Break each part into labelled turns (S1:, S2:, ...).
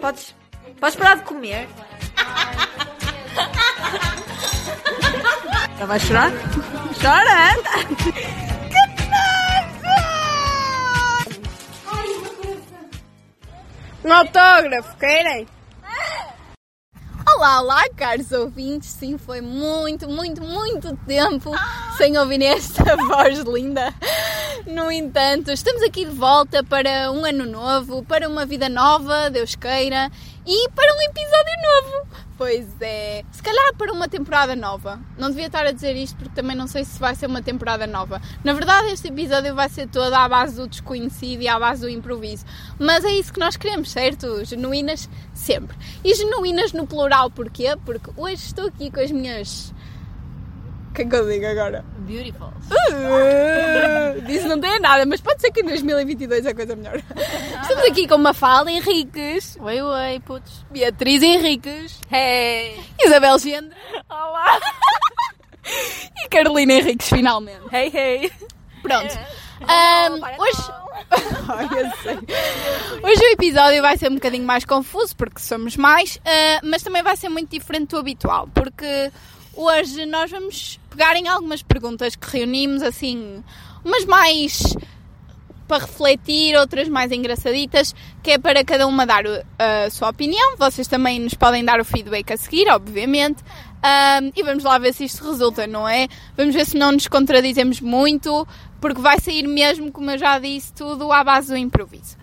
S1: Podes, podes parar de comer? Ela vai chorar? Chora! Que nojo! Um autógrafo, querem?
S2: Olá, olá, caros ouvintes. Sim, foi muito, muito, muito tempo sem ouvirem esta voz linda. No entanto, estamos aqui de volta para um ano novo, para uma vida nova, Deus queira, e para um episódio novo. Pois é, se calhar para uma temporada nova. Não devia estar a dizer isto porque também não sei se vai ser uma temporada nova. Na verdade, este episódio vai ser todo à base do desconhecido e à base do improviso. Mas é isso que nós queremos, certo? Genuínas sempre. E genuínas no plural, porquê? Porque hoje estou aqui com as minhas. O que é que eu digo agora?
S3: Beautiful.
S2: Uh, Disso não tem nada, mas pode ser que em 2022 a coisa é melhor. Estamos aqui com Mafalda Henriques,
S3: Oi, oi, putos.
S2: Beatriz Henriques,
S3: Hey.
S2: Isabel Gendre
S3: Olá.
S2: e Carolina Henriques, finalmente.
S3: Hey, hey.
S2: Pronto. Ahm, hoje. Ai, eu sei. Hoje o episódio vai ser um bocadinho mais confuso, porque somos mais, ah, mas também vai ser muito diferente do habitual, porque hoje nós vamos pegar em algumas perguntas que reunimos, assim, umas mais para refletir, outras mais engraçaditas, que é para cada uma dar uh, a sua opinião. Vocês também nos podem dar o feedback a seguir, obviamente. Um, e vamos lá ver se isto resulta, não é? Vamos ver se não nos contradizemos muito, porque vai sair mesmo, como eu já disse, tudo à base do improviso.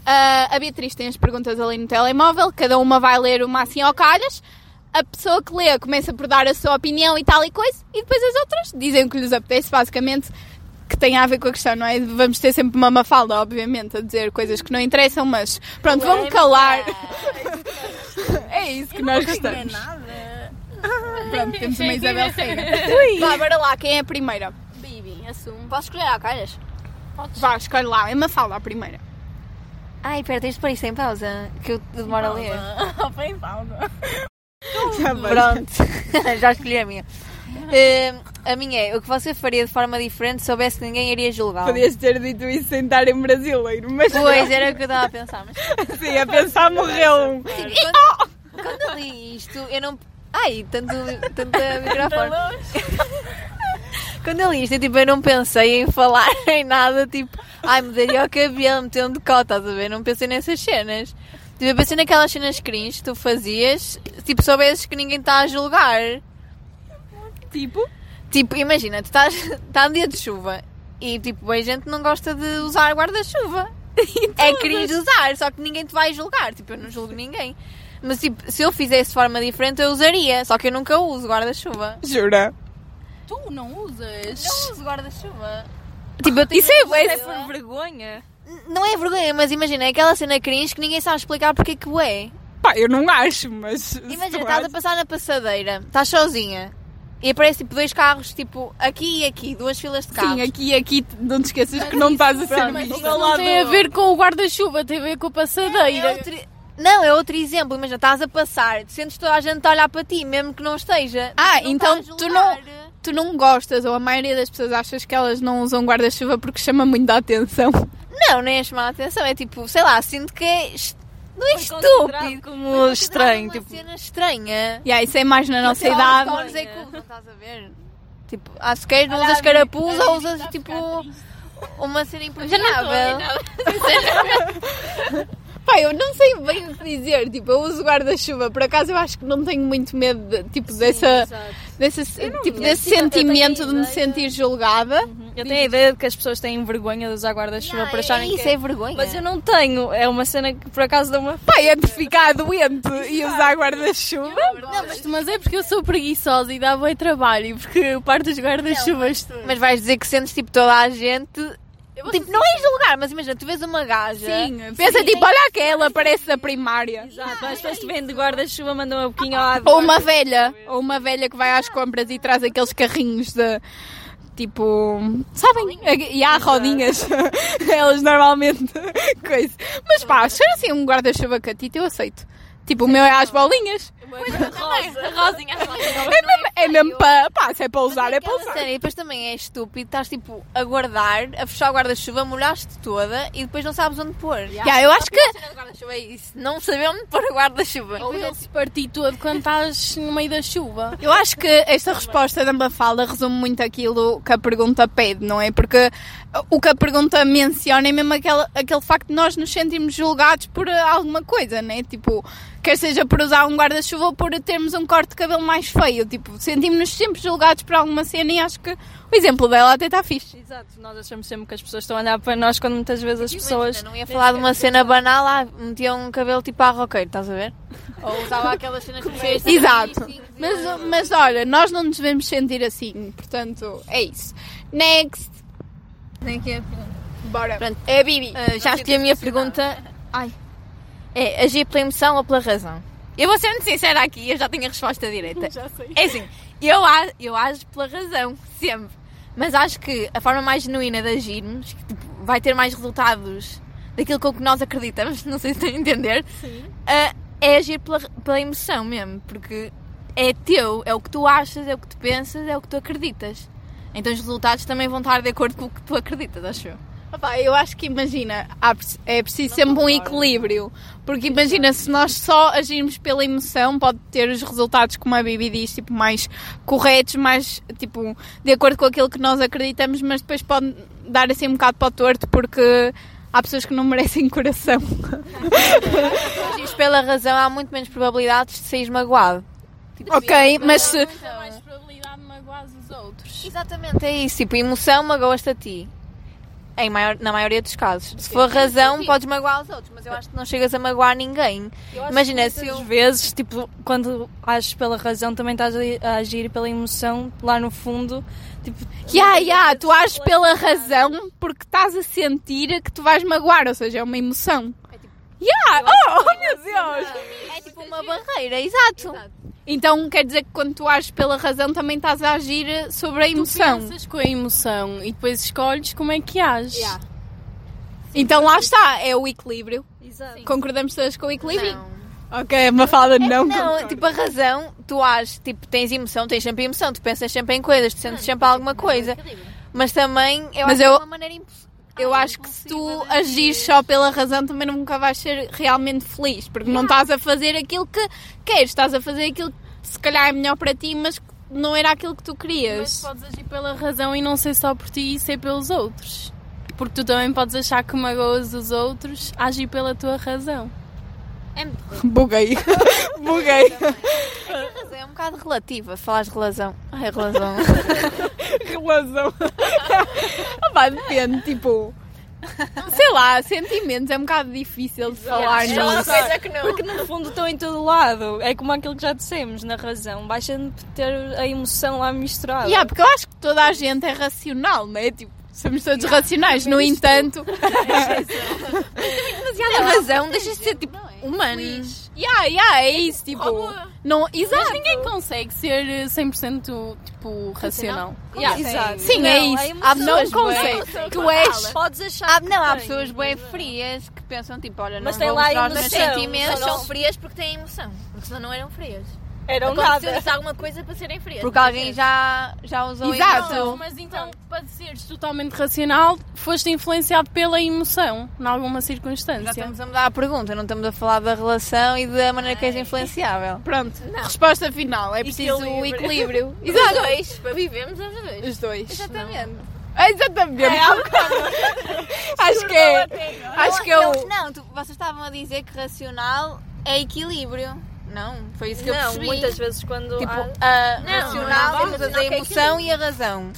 S2: Uh, a Beatriz tem as perguntas ali no telemóvel, cada uma vai ler uma assim ao calhas. A pessoa que lê começa por dar a sua opinião e tal e coisa, e depois as outras dizem o que lhes apetece, basicamente, que tem a ver com a questão, não é? Vamos ter sempre uma mafalda, obviamente, a dizer coisas que não interessam, mas pronto, vamos calar. é isso que nós gostamos.
S3: nada.
S2: Pronto, temos uma
S3: Quem
S2: Isabel
S3: quiser.
S2: feia. Vá, bora lá, quem é a primeira?
S3: Baby, assumo.
S1: Posso escolher a calhas?
S3: Podes.
S2: Vá, escolhe lá, é Mafalda a primeira.
S1: Ai, pera, tens de pôr isto em pausa, que eu demoro a ler.
S3: Foi pausa.
S1: Pronto, já escolhi a minha. Eh, a minha é, o que você faria de forma diferente se soubesse que ninguém iria
S3: Ah.
S1: julgá-lo?
S2: Podias ter dito isso sem estar em brasileiro, mas
S1: Pois, era o que eu estava a pensar, mas tá
S2: sim, a pensar morreu um.
S1: quando eu li isto, eu não... Ai, tanto, tanto microfone. Quando eu li isto, eu, tipo, eu não pensei em falar em nada, tipo, ai, mudaria o cabelo, meter um decote, estás a ver? Não pensei nessas cenas. Tipo, eu pensei naquelas cenas cringe que tu fazias, tipo, soubesses que ninguém está a julgar.
S2: Tipo,
S1: Tipo, imagina, tu estás, está um dia de chuva e, tipo, a gente não gosta de usar guarda-chuva. É cringe usar, só que ninguém te vai julgar. Tipo, eu não julgo ninguém. Mas, tipo, se eu fizesse de forma diferente, eu usaria. Só que eu nunca uso guarda-chuva.
S2: jura?
S3: Tu não usas?
S1: Não uso guarda-chuva. Tipo, eu tenho
S2: Isso é
S3: É
S2: bué.
S1: Ah,
S3: por vergonha.
S1: Não é vergonha, mas imagina, é aquela cena cringe que ninguém sabe explicar porque é que o é.
S2: Pá, eu não acho, mas. se tu
S1: Imagina, estás a
S2: achas-
S1: passar na passadeira, estás sozinha e aparece tipo dois carros, tipo aqui e aqui, duas filas de carros. Tipo,
S2: Sim, aqui e aqui, não te esqueças que não estás a ser
S3: mas
S2: vista.
S3: isso não tem a ver
S4: com o guarda-chuva, tem a ver com a
S1: É
S4: passadeira.
S1: outro- Não, é outro exemplo. Imagina, estás a passar, sentes toda a gente a olhar para ti, mesmo que não esteja.
S2: Ah,
S1: Não
S2: então
S1: estás a
S2: tu
S1: julgar.
S2: não, tu não gostas, ou a maioria das pessoas achas que elas não usam guarda-chuva porque chama muito da atenção.
S1: Não, nem é chamar a atenção. É tipo, sei lá, sinto que é. est- Não é
S3: considerado
S1: estúpido. Foi
S3: como
S1: considerado um
S3: estranho,
S1: uma
S3: tipo-
S1: cena estranha.
S2: E aí, isso é mais na nossa
S1: Sei lá,
S2: idade.
S1: os cores é
S3: né?
S1: cool, não estás a ver? Tipo, acho que queres, não usas carapuça ou usas tipo uma cena impermeável.
S2: Pá, eu não sei bem o que dizer. Tipo, eu uso guarda-chuva. Por acaso, eu acho que não tenho muito medo de- tipo, dessa, desse, tipo, desse
S3: eu tenho
S2: sentimento de me
S3: ideia. Uhum.
S2: sentir julgada.
S3: Eu tenho a ideia de que as pessoas têm vergonha de usar guarda-chuva
S1: Yeah,
S3: para
S1: é-
S3: acharem
S1: é isso
S3: que
S1: é vergonha.
S3: Mas eu não tenho. É uma cena que por acaso dá uma...
S2: Pá, é de ficar doente e usar guarda-chuva.
S4: Não, mas, mas é porque eu sou preguiçosa e dá bem trabalho, porque parte dos guarda-chuvas.
S1: Mas vais dizer que sentes tipo toda a gente. Tipo, não é julgar, mas imagina, tu vês uma gaja.
S2: Sim, pensa tipo, olha aquela, parece da primária.
S1: Ah,
S3: Exato,
S1: é
S3: as pessoas que vêm de guarda-chuva mandam uma boquinha lá
S2: Ou uma velha, ou uma velha que vai às compras e traz aqueles carrinhos de tipo, sabem? E há rodinhas, elas normalmente coisa. Mas pá, se for assim um guarda-chuva catito, eu aceito. Tipo, o meu é às bolinhas.
S4: Rosa. Rosinha, rosa.
S2: É mesmo, é mesmo para. Pá, se é para usar, é para
S1: Aquela
S2: usar.
S1: cena, e depois também é estúpido, estás tipo a guardar, a fechar o guarda-chuva, molhaste toda e depois não sabes onde pôr.
S2: Já, eu acho que.
S1: O guarda-chuva é isso. Não saber onde pôr o guarda-chuva.
S4: Ou ele se partir todo quando estás no meio da chuva.
S2: Eu acho que esta resposta da Mafalda resume muito aquilo que a pergunta pede, não é? Porque o que a pergunta menciona é mesmo aquele, aquele facto de nós nos sentirmos julgados por eh, alguma coisa, não é? Tipo, quer seja por usar um guarda-chuva ou por termos um corte de cabelo mais feio. Tipo, sentimos-nos sempre julgados por alguma cena e acho que o exemplo dela até está fixe.
S3: Exato, nós achamos sempre que as pessoas estão a olhar para nós quando muitas vezes as pessoas.
S1: Não ia falar de uma cena banal, ah, metia um cabelo tipo a roqueiro, estás a ver? Ou usava aquelas cenas que fez.
S2: Exato. Mas, mas olha, nós não nos devemos sentir assim, portanto, é isso. Next! Nem que é Bora.
S1: Pronto,
S2: é a Bibi.
S1: Ah, já escolhi a minha pergunta. Ai. É agir pela emoção ou pela razão? Eu vou ser muito sincera aqui, eu já tenho a resposta direita.
S4: Já sei.
S1: É assim, eu, a- eu ajo pela razão, sempre. Mas acho que a forma mais genuína de agirmos que, tipo, vai ter mais resultados daquilo com que nós acreditamos, não sei se estão a entender, ah, é agir pela, pela emoção mesmo, porque é teu, é o que tu achas, é o que tu pensas, é o que tu acreditas. Então os resultados também vão estar de acordo com o que tu acreditas, acho eu.
S2: Opa, eu acho que imagina, há preci- é preciso sempre um equilíbrio. Porque imagina, se nós só agirmos pela emoção, pode ter os resultados, como a Bibi diz, tipo, mais corretos, mais tipo, de acordo com aquilo que nós acreditamos, mas depois pode dar assim um bocado para o torto porque há pessoas que não merecem coração.
S1: Agires pela razão, há muito menos probabilidades de seres magoado.
S2: ok, Tipo, mas é se.
S4: Há mais probabilidade de magoar os outros.
S1: Exatamente, é isso. Tipo, emoção magoa-te a ti. Em maior- na maioria dos casos. Se for razão, podes magoar os outros, mas eu acho que não chegas a magoar ninguém. Imagina se
S3: Às
S1: eu.
S3: vezes, tipo, quando ages pela razão, também estás a- a agir pela emoção, lá no fundo. Tipo,
S2: Ya, ya, tu ages pela razão porque estás a sentir que tu vais magoar, ou seja, é uma emoção. Ya, oh, oh meu Deus!
S1: É tipo uma barreira, exato.
S2: Então quer dizer que quando tu ages pela razão também estás a agir eh, sobre a emoção.
S4: Pensas com a emoção e depois escolhes como é que ages.
S2: Yeah. Então lá está, é o equilíbrio.
S3: Exato.
S2: Concordamos todas com o equilíbrio?
S1: Não.
S2: Ok, é uma fala de não.
S1: Não, tipo, a razão, tu achas, tipo, tens emoção, tens sempre emoção, tu pensas sempre em coisas, tu sentes sempre alguma coisa. Mas também, eu
S2: Mas
S1: acho que é
S2: eu-
S1: uma maneira impossível.
S2: Eu acho que se tu agires só pela razão também nunca vais ser realmente feliz, porque não estás a fazer aquilo que queres, estás a fazer aquilo que se calhar é melhor para ti, mas que não era aquilo que tu
S4: Mas
S2: querias.
S4: podes agir pela razão e não ser só por ti e ser pelos outros. Porque tu também podes achar que magoas os outros, agir pela tua razão.
S2: Buguei. Buguei.
S1: Razão É um bocado relativa, falas de razão. Ai, razão.
S2: relação. Opá, depende, tipo. Sei lá, sentimentos é um bocado difícil de falar
S1: É uma
S2: nisso.
S1: coisa que não.
S3: Porque no fundo estão em todo lado. É como aquilo que já dissemos, na razão. Vais sempre ter a emoção lá misturada.
S2: Yeah, porque eu acho que toda a gente é racional, não é? Tipo, somos todos racionais. No entanto,
S1: Demasiada razão, deixas de ser tipo humano.
S2: yeah, yeah, é isso, tipo. Não,
S4: Mas
S2: exato.
S4: ninguém consegue ser eh, 100% tipo racional.
S3: Yeah, exato.
S2: Sim, é
S3: Não,
S2: isso.
S3: emoção.
S2: não consegue. Tu és.
S3: Podes achar.
S1: Ah,
S3: que
S1: não, há
S3: tem.
S1: pessoas bem frias que pensam tipo, olha, não
S3: Mas
S1: vou
S3: tem lá
S1: mostrar os meus
S3: emoção,
S1: sentimentos,
S3: só não-
S1: são frias porque têm emoção, porque senão não eram frias.
S3: Eram nada.
S1: Aconteceu-lhes alguma coisa para serem frias. Porque alguém já, já usou
S2: Exato.
S1: emoção.
S4: é Mas então, para seres totalmente racional, foste influenciado pela emoção, em alguma
S1: Já
S4: circunstância.
S1: estamos a mudar a pergunta, não estamos a falar da relação e da maneira que és influenciável.
S2: Pronto, resposta final. É preciso o equilíbrio.
S1: Exato. Os dois, para vivermos os dois.
S2: Os dois.
S1: Exatamente.
S2: Ah, Exatamente.
S4: É,
S2: acho que é. Acho que é o.
S1: Não, tu- vocês estavam a dizer que racional é equilíbrio. Não, foi isso que eu
S3: Não,
S1: percebi.
S3: muitas vezes quando.
S1: Tipo,
S3: há-
S1: a
S3: Não,
S1: racional,
S3: não,
S1: temos assim, a
S3: não, que é
S1: emoção e a razão.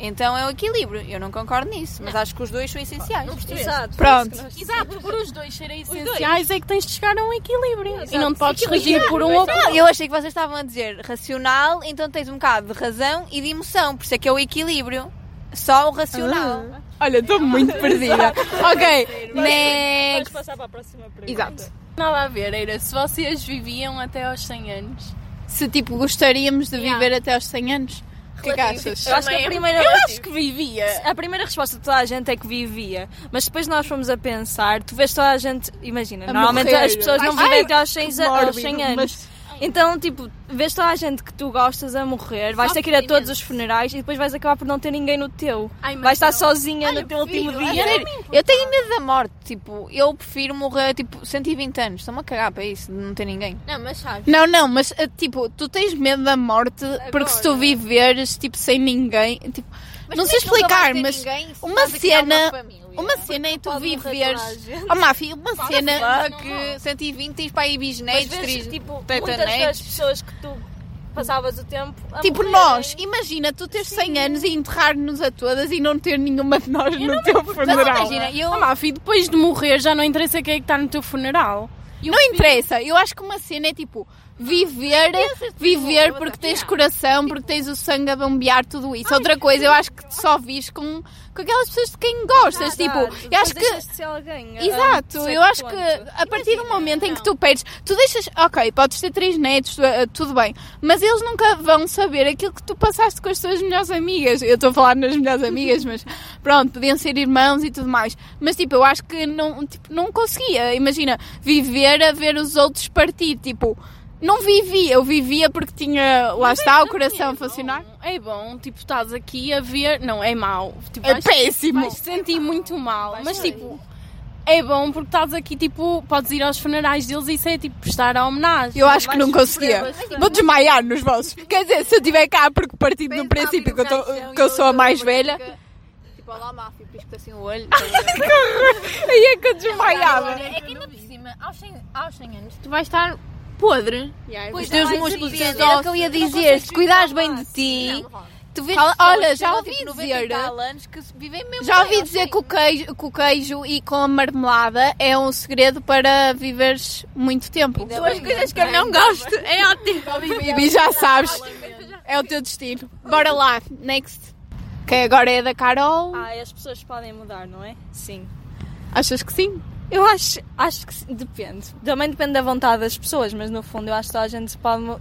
S1: Então é o equilíbrio. Eu não concordo nisso, mas acho que os dois são essenciais.
S3: Exato.
S2: Pronto.
S4: Exato, por os dois serem essenciais é que tens de chegar a um equilíbrio. E não te podes
S1: Equilíbrio.
S4: regir por um ou por
S1: Não, eu achei que vocês estavam a dizer racional, então tens um bocado de razão e de emoção, por isso é que é o equilíbrio. Só o racional.
S3: Ah.
S2: Olha, estou muito perdida. ok, next.
S3: Vamos passar para a próxima pergunta.
S2: Exato.
S4: Nada a ver, era se vocês viviam até aos 100 anos.
S2: Se tipo gostaríamos de
S4: Yeah.
S2: viver até aos 100 anos, o que é que achas?
S3: Eu acho que a primeira.
S4: Acho que vivia.
S3: A primeira resposta de toda a gente é que vivia, mas depois nós fomos a pensar, tu vês toda a gente, imagina,
S2: A
S3: normalmente
S2: morrer.
S3: as pessoas não
S2: Ai,
S3: vivem até aos 100, aos
S2: mórbido,
S3: 100 anos.
S2: mas-
S3: Então, tipo, vês toda a gente que tu gostas a morrer, vais
S4: Só
S3: ter que ir a todos os
S4: felizmente.
S3: funerais e depois vais acabar por não ter ninguém no teu.
S4: Ai, mas
S3: vais estar
S4: não.
S3: sozinha
S4: Ai,
S3: no
S4: eu
S3: teu último
S4: prefiro.
S3: dia.
S4: Olha,
S1: Eu tenho medo da morte, tipo, eu prefiro morrer tipo 120 anos, estou-me a cagar para isso, de não ter ninguém.
S4: Não, mas sabes.
S2: Não, não, mas eh, tipo, tu tens medo da morte porque se tu viveres tipo sem ninguém, tipo, não sei explicar, mas uma cena, uma cena é tu
S3: Pode morrer toda a
S2: viveres.
S3: gente.
S2: Oh, Mafi, uma cena.
S1: que 120 tens para aí
S3: Mas
S1: bisnetos,
S3: vês,
S1: três
S3: tipo, muitas das
S1: tetanetes.
S3: pessoas que tu passavas o tempo a
S2: Tipo,
S3: morrerem.
S2: nós, imagina tu teres 100 anos e enterrar-nos a todas e não ter nenhuma de nós no teu funeral.
S1: imagina, eu-
S4: Ah, Mafi, depois de morrer já não interessa quem é
S3: tá
S4: que está no teu funeral.
S2: Não interessa, eu acho que uma cena é tipo viver, viver porque tens coração, porque tens o sangue a bombear, tudo isso. Outra coisa, eu acho que só vis com, com aquelas pessoas de quem gostas, tipo, eu acho que.
S3: Deixas de ser alguém, a-
S2: Exato,
S3: a um
S2: eu acho
S3: certo
S2: que
S3: ponto.
S2: a partir do momento em que tu perdes, tu deixas, ok, podes ter três netos, tu- eh, tudo bem, mas eles nunca vão saber aquilo que tu passaste com as tuas melhores amigas. Eu estou a falar nas melhores amigas, mas pronto, podiam ser irmãos e tudo mais. Mas tipo, eu acho que não, tipo, não conseguia, imagina, viver a ver os outros partir, tipo, não vivia, eu vivia porque tinha, lá está, o coração a funcionar.
S4: É bom, tipo, estás aqui a ver. Não, é mau. Tipo,
S2: É
S4: vais-
S2: péssimo.
S4: Vais te sentir muito mal. mas, tipo, é bom porque estás aqui, tipo, podes ir aos funerais deles e isso é, tipo, prestar a homenagem.
S2: Eu acho que não
S3: sofrer
S2: conseguia.
S3: bastante.
S2: Vou desmaiar nos vossos. Quer dizer, se eu estiver cá, porque partindo do princípio que eu, tô- que eu sou a mais velha,
S1: Tipo, olá, Máfia, pisco assim o olho.
S2: aí é que eu desmaiava.
S4: É que ainda por cima, aos 100, aos 100 anos, tu vais estar podre.
S1: É Os teus
S3: Ai,
S1: músculos,
S3: sim,
S1: os
S3: sim. Era
S1: ossos.
S3: o que
S1: eu
S3: eu
S1: ia
S3: ia
S1: dizer, se
S3: se
S1: cuidares
S3: cuidares
S1: bem de ti, tu vês
S2: Fala-
S1: pessoas
S2: olha,
S1: que
S2: já
S1: têm,
S2: ouvi
S1: tipo, 90
S2: dizer-
S1: e tal anos que vivem mesmo
S2: Já
S1: bem, assim.
S2: ouvi
S1: eu
S2: dizer
S1: sei.
S2: que o, queijo, que o queijo e com a marmelada é um segredo para viveres muito tempo.
S1: Ainda bem.
S2: que eu não gosto. É ótimo. Bibi, já sabes. É o teu destino. Bora lá. Next. Que agora é da Carol.
S3: Ah, e as pessoas podem mudar, não é? Sim.
S2: Achas que sim?
S3: Eu acho, acho que sim, depende. Também depende da vontade das pessoas, mas no fundo eu acho que toda a gente se pode mu-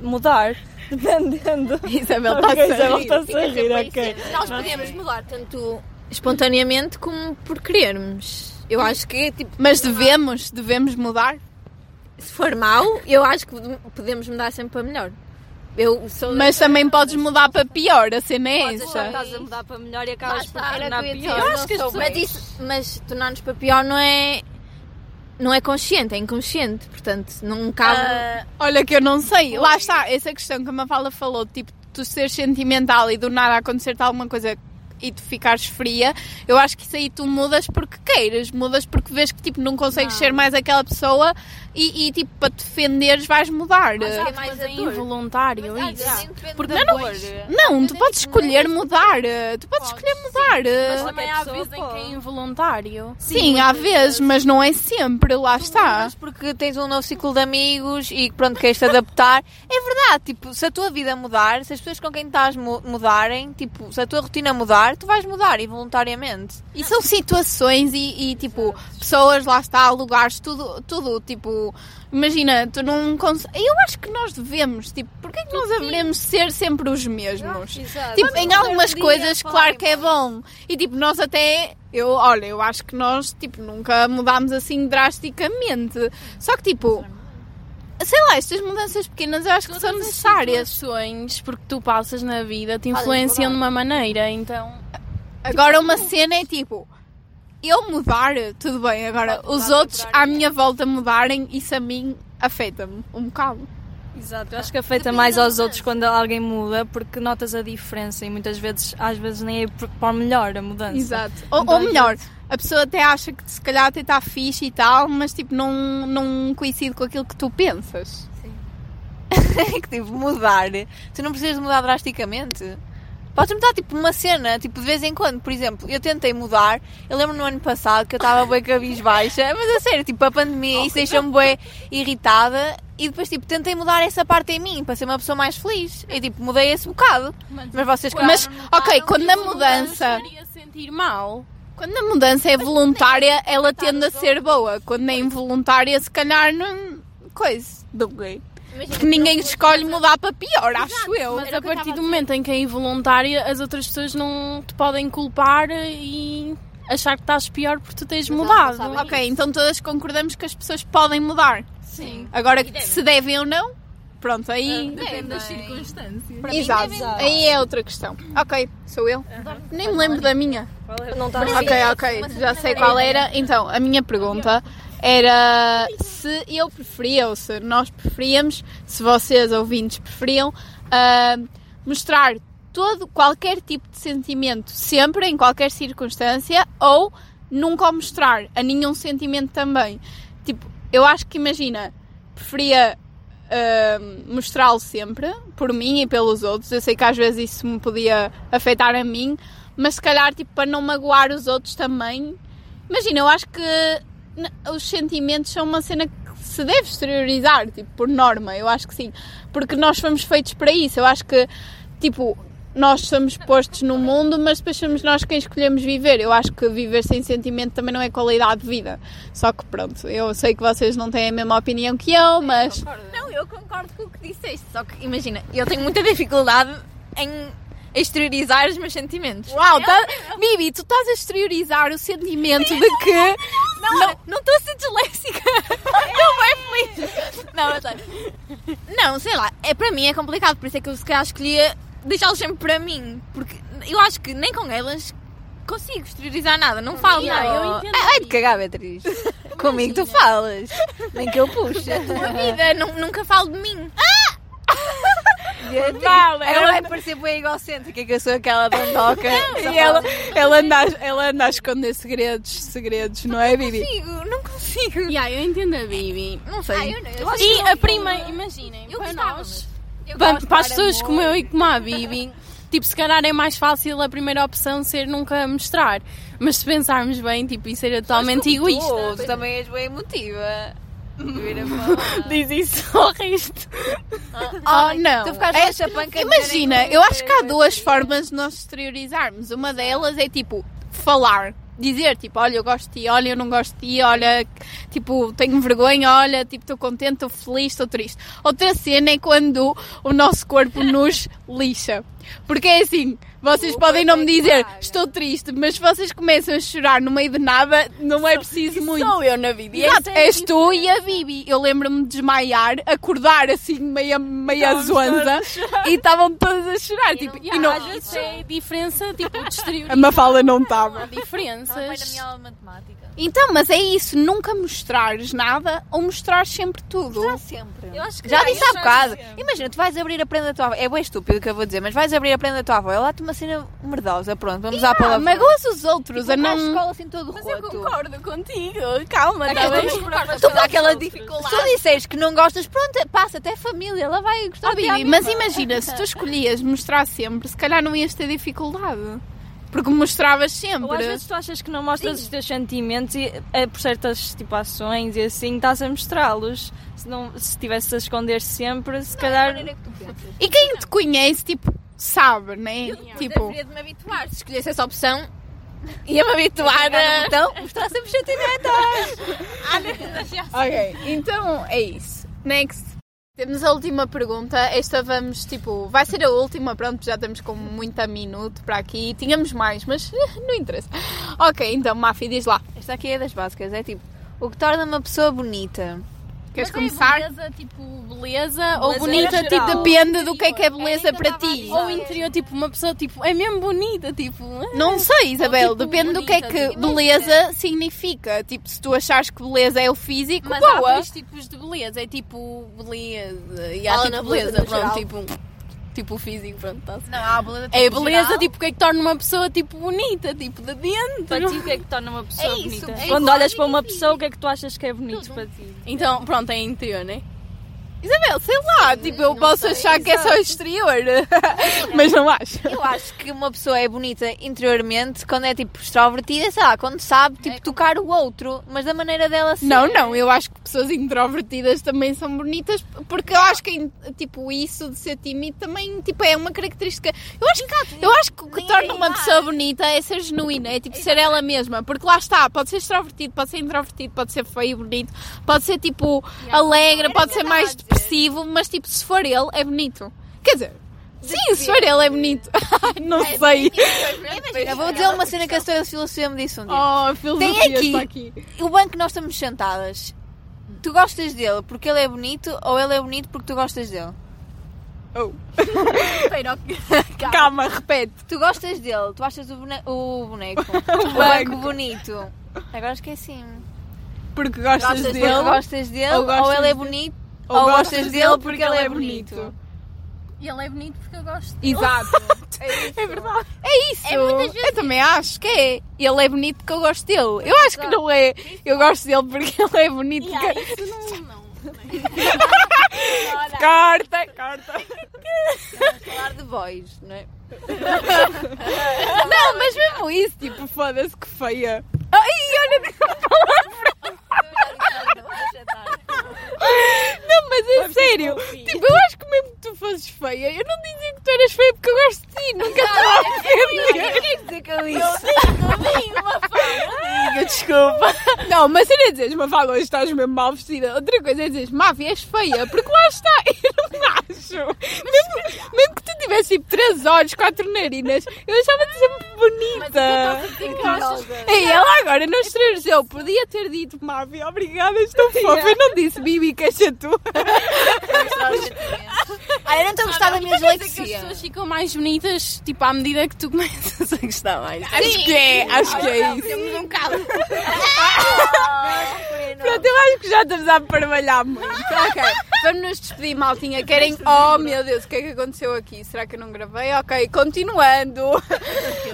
S3: mudar. Dependendo.
S2: Isabel está
S1: tá-
S3: Ok,
S2: a
S3: Isabel
S2: rir.
S3: está a rir, ok.
S1: Nós podemos mudar tanto espontaneamente como por querermos. Eu acho que, tipo,
S2: Mas devemos, devemos mudar.
S1: se for mau, eu acho que podemos mudar sempre para melhor. Eu sou
S2: Mas também podes mudar para pior, a cena é
S3: Podes achar que
S2: essa.
S3: estás a mudar para melhor e
S1: Lá
S3: acabas por
S1: está, era
S3: tornar
S1: o que eu ia dizer,
S3: pior.
S1: eu acho que as pessoas- mas, isso- mas tornar-nos para pior não é não é consciente, é inconsciente, portanto, não cabe.
S2: Ah, Olha que eu não sei. Lá está, essa questão que a Mafala falou, tipo, tu seres sentimental e do nada acontecer-te alguma coisa e tu ficares fria, eu acho que isso aí tu mudas porque queiras, mudas porque vês que tipo não consegues ser mais aquela pessoa e, e, tipo para te defenderes vais mudar.
S1: há-
S4: Mas,
S1: mais
S4: é
S1: a Ah, dor.
S4: involuntário
S1: Ah,
S4: isso.
S1: sim, depende
S4: Porque
S1: da
S4: não- é
S1: cor.
S2: é Não, tu podes escolher mudar. Tu podes escolher mudar.
S4: Também
S3: Qualquer
S4: há
S3: pessoa
S4: vezes em que
S3: pode.
S4: é involuntário.
S2: Sim, há vezes, mas não é sempre, lá está.
S1: Mas porque tens um novo ciclo de amigos e pronto, queres te adaptar. É verdade, tipo, se a tua vida mudar, se as pessoas com quem estás mu- mudarem, tipo, se a tua rotina mudar, tu vais mudar involuntariamente.
S2: E são situações e, e, tipo, pessoas lá está, lugares, tudo, tudo, tipo, imagina, tu não consegues. Eu acho que nós devemos, tipo, porque é que nós haveremos de ser sempre os mesmos?
S1: Ah, Exato.
S2: Tipo, em
S4: um
S2: algumas coisas, claro que é bom. E tipo, nós até. Eu, olha, eu acho que nós, tipo, nunca mudámos assim drasticamente. Só que, tipo. Sei lá, estas mudanças pequenas eu acho que são necessárias. é
S4: Situações porque tu passas na vida te influenciam de uma maneira, então.
S2: Agora uma cena é tipo, eu mudar, tudo bem, agora os outros à minha volta mudarem, isso a mim afeta-me um bocado.
S3: Exato, Ah, eu acho que afeta mais aos outros quando alguém muda, porque notas a diferença e muitas vezes, às vezes, nem é por- para o melhor a mudança.
S2: Ou,
S3: Então,
S2: ou melhor, a pessoa até acha que se calhar até está fixe e tal, mas tipo, não, não coincide com aquilo que tu pensas.
S1: que tipo, mudar. Tu não precisas de mudar drasticamente. Podes mudar tipo uma cena, tipo de vez em quando, por exemplo, eu tentei mudar, eu lembro no ano passado que eu estava bem cabisbaixa, mas a sério, tipo, a pandemia, isso deixou-me bem irritada e depois tipo, tentei mudar essa parte em mim para ser uma pessoa mais feliz. E tipo, mudei esse bocado. Mas, vocês claro,
S2: Mas, ok, quando a
S4: Tipo,
S2: mudança.
S4: não faria sentir mal.
S2: Quando a mudança é voluntária, ela
S4: tá
S2: tende a ser boa. Quando é involuntária, se calhar não. coisa. Não é? Porque ninguém escolhe mudar para pior, acho eu.
S4: Mas a partir do momento em que é involuntária, as outras pessoas não te podem culpar e achar que estás pior porque tu tens mudado.
S2: Ok, então todas concordamos que as pessoas podem mudar.
S4: Sim.
S2: Agora, se devem ou não, Pronto, aí.
S4: Depende das circunstâncias.
S2: Exato. Aí é outra questão. Ok, sou eu. Nem me lembro da minha.
S3: Não está
S2: Ok, ok, já sei qual era. Então, a minha pergunta era se eu preferia ou se nós preferíamos, se vocês ouvintes preferiam, ah, mostrar todo, qualquer tipo de sentimento sempre, em qualquer circunstância, ou nunca o mostrar a nenhum sentimento também. Tipo, eu acho que imagina, preferia ah, mostrá-lo sempre, por mim e pelos outros. Eu sei que às vezes isso me podia afetar a mim, mas se calhar tipo para não magoar os outros também. Imagina, eu acho que n- os sentimentos são uma cena que se deve exteriorizar, tipo, por norma, eu acho que sim, porque nós fomos feitos para isso. Eu acho que tipo nós somos postos no mundo, mas depois somos nós quem escolhemos viver. Eu acho que viver sem sentimento também não é qualidade de vida. Só que pronto, eu sei que vocês não têm a mesma opinião que eu, mas
S1: Não, eu concordo com o que disseste, só que imagina, eu tenho muita dificuldade em exteriorizar os meus sentimentos.
S2: Uau, tá... Bibi, tu estás a exteriorizar o sentimento de que
S1: Não, não estou a ser disléxica. Estou bem feliz. Não, mas olha. Não, sei lá. É, para mim é complicado, por isso é que eu se calhar escolhia deixá-los sempre para mim. Porque eu acho que nem com elas consigo exteriorizar nada. Não falo
S4: Yeah,
S1: nada.
S4: eu entendo
S1: Ai, Ai de cagar, Beatriz. Comigo tu falas. Nem que eu puxe. É a tua vida. nu- nunca falo de mim. Beatriz,
S2: Vale,
S1: ela
S2: ela-
S1: vai parecer bem egocêntrica que eu sou aquela dondoca.
S2: E
S1: é
S2: ela, ela, anda, a- ela anda a esconder segredos, segredos, não é, Bibi?
S1: Consigo, não consigo.
S4: Yeah, eu entendo a Bibi.
S1: Não sei.
S5: Ah, eu não, eu
S4: E a prima, imaginem,
S1: Eu
S4: para
S1: gostava,
S4: nós,
S1: Eu
S4: para,
S1: gosto de
S4: para as
S1: dar
S4: pessoas
S1: amor.
S4: como eu e como a Bibi, tipo, se calhar é mais fácil a primeira opção ser nunca mostrar. Mas se pensarmos bem, tipo, isso era totalmente
S1: Tu,
S4: egoísta.
S1: tu também és bem emotiva.
S4: Diz isso ao resto.
S2: Oh, não.
S1: Ah, Tu ficaste
S2: É-
S1: com a chapanca de
S2: Imagina,
S1: verem que é assim.
S2: eu acho que há
S1: eu
S2: duas
S1: queria.
S2: formas de nós exteriorizarmos. Uma delas é, tipo, falar. Dizer, tipo, olha, eu gosto de ti, olha, eu não gosto de ti, olha, tipo, tenho vergonha, olha, tipo, estou contente, estou feliz, estou triste. Outra cena é quando o nosso corpo nos lixa. Porque é assim, vocês podem
S1: é
S2: não me dizer, estou triste, mas se vocês começam a chorar no meio de nada, não é preciso muito.
S4: Sou eu na vida. E
S2: Exato,
S4: essa é a
S2: és tu e a Bibi. Eu lembro-me de desmaiar, acordar assim, meia, meia zoanza, e estavam todas a chorar. tipo, e não,
S4: Às vezes é a diferença, tipo, de exterior.
S2: a Mafala não estava.
S4: Há diferenças.
S5: aula de matemática.
S2: Então, mas é isso, nunca mostrares nada ou mostrar sempre tudo.
S1: Eu acho que já disse há bocado. Imagina, tu vais abrir a prenda da tua avó. É bem estúpido o que eu vou dizer, mas vais abrir a prenda da tua avó. Ela te uma cena merdosa. Pronto, vamos à
S2: Ah,
S1: palavra.
S2: magoas os outros, a
S1: não...
S2: não.
S1: escola assim todo roto.
S4: contigo,
S3: é
S4: calma,
S1: Tá bem? Tu dá aquela dificuldade. Se tu disseres que não gostas, pronto, é, passa até a família. Ela vai gostar
S2: Oh,
S1: de ti à
S2: Bibi,
S1: mesma.
S2: mas imagina, se tu escolhias mostrar sempre, se calhar não ias ter dificuldade. Porque mostravas
S3: Ou às
S2: sempre.
S3: vezes tu achas que não mostras os teus sentimentos e, eh, por certas tipo, ações e assim estás a mostrá-los. Se não se estivesse a esconder sempre, se calhar.
S2: E quem te conhece, tipo, sabe, né? Tipo.
S1: de me habituar. Se escolhesse essa opção, ia-me habituar a. Então, mostrar sempre sentimentos.
S2: Ok, então é isso. Next. Temos a última pergunta. Esta vamos, tipo, vai ser a última, pronto, já estamos com muita minuto para aqui. Tínhamos mais, mas não interessa. Ok, então, Mafi, diz lá.
S1: Esta aqui é das básicas. É tipo, o que torna uma pessoa bonita?
S2: Queres começar?
S4: Beleza, tipo, beleza, ou
S2: Bonita,
S4: bonita,
S2: tipo,
S4: tipo,
S2: depende do que é que é beleza
S5: ainda
S2: para
S5: estava a
S2: ti.
S4: ou interior, tipo, uma pessoa, tipo, é mesmo bonita, tipo.
S2: Não sei, Isabel,
S4: tipo,
S2: depende do que é
S4: bonita,
S2: que
S4: tipo,
S2: beleza significa. Tipo, se tu achares que beleza é o físico,
S4: Mas há
S2: boa.
S4: dois tipos de beleza. É tipo beleza. E há
S2: Fala
S4: tipo
S2: na
S4: beleza,
S2: beleza no
S4: pronto, tipo. Tipo físico, pronto, tá
S5: Não, há a beleza.
S4: É beleza, tipo, o que é que torna uma pessoa, tipo, bonita, tipo, de
S3: Para
S4: dentro.
S3: ti, o que é que torna uma pessoa
S5: isso,
S3: bonita?
S5: é
S3: Quando
S5: isso.
S3: olhas para uma pessoa, o que é que tu achas que é bonito para ti?
S4: Então, pronto, é interior, né?
S2: Isabel, sei lá, tipo, eu posso achar que é só exterior, mas não acho.
S1: Eu acho que uma pessoa é bonita interiormente quando é tipo extrovertida, sei lá, quando sabe tipo tocar o outro, mas da maneira dela ser.
S2: Não, não, eu acho que pessoas introvertidas também são bonitas, porque eu acho que tipo isso de ser tímido também tipo é uma característica. Eu acho que eu acho que o que torna uma pessoa bonita é ser genuína, é tipo ser ela mesma, porque lá está, pode ser extrovertido, pode ser introvertido, pode ser feio e bonito, pode ser tipo alegre, pode ser mais depressivo, mas tipo se for ele é bonito. Quer dizer, sim, se for ele é bonito. Ai, não
S1: É
S2: sei.
S1: Eu vou dizer uma cena que a história de filosofia me disse um dia.
S2: Oh, a filosofia
S1: Tem aqui.
S2: está aqui.
S1: O banco que nós estamos sentadas tu gostas dele porque ele é bonito ou ele é bonito porque tu gostas dele? Oh.
S2: Espera, ok.
S4: Calma, repete.
S1: Tu gostas dele, tu achas o boneco, o, boneco, o banco bonito. Agora esqueci-me.
S4: Porque gostas,
S1: Gostas
S4: dele.
S1: porque gostas dele
S4: ou
S1: ou,
S4: gostas
S1: ele é
S4: de-
S1: bonito ou, gostas, dele porque, ele é bonito.
S2: Ele é bonito porque eu gosto.
S4: Exato.
S1: É verdade.
S2: É isso.
S1: É muitas vezes
S2: eu também acho que é. Ele é bonito porque eu gosto dele. Eu acho que não é. Eu gosto dele porque ele é bonito. porque-
S4: isso não. corta, corta.
S1: Falar de boys, não é?
S2: Não, mas mesmo isso. Tipo,
S4: Tipo, foda-se que feia.
S2: ai, olha. Não, mas é sério. Tipo, eu acho que mesmo que tu fosses feia, eu não dizia que tu eras feia porque eu gosto de ti. Nunca te vou ofender.
S1: Quer dizer com isso?
S4: Amiga, desculpa.
S2: Não, mas eu não ia dizer, Mafalda, hoje estás mesmo mal vestida. Outra coisa é dizer, Mavi, és feia, porque lá está, eu não acho. Mesmo, mesmo que tu tivesse tipo 3 olhos, 4 narinas, eu achava-te sempre bonita. É, E ela agora não estrangeu, podia ter dito, Mavi, obrigada, estou fofa, eu não disse, Bibi, queixa tu.
S1: Ah, eu não estou a gostar da minha
S4: que as
S1: dislexia.
S4: pessoas ficam mais bonitas, tipo, à medida que tu começas a gostar mais.
S2: Acho que é, acho que é isso. Pronto, eu acho que já estamos a parvalhar muito. Ok, vamos nos despedir, maltinha. Querem. Oh meu Deus, o que é que aconteceu aqui? Será que eu não gravei? Ok, continuando.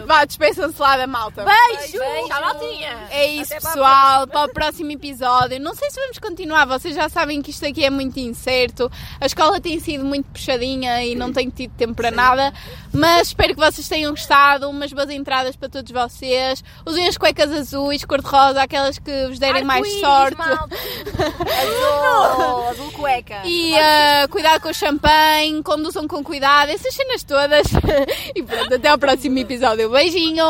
S2: Vá, despeçam-se lá da malta.
S1: Beijo!
S3: Tchau, maltinha.
S2: É isso, pessoal. Para o próximo episódio. Não sei se vamos continuar. Vocês já sabem que isto aqui é muito incerto. A escola tem sido muito puxadinha e não tenho tido tempo para nada. Mas espero que vocês tenham gostado. Umas boas entradas para todos vocês. Usem as cuecas azuis, cor-de-rosa, aquelas que vos derem mais sorte.
S1: Azul, azul cueca.
S2: E ah, cuidado com o champanhe, conduzam com cuidado, essas cenas todas. e pronto, até ao próximo episódio. Beijinho!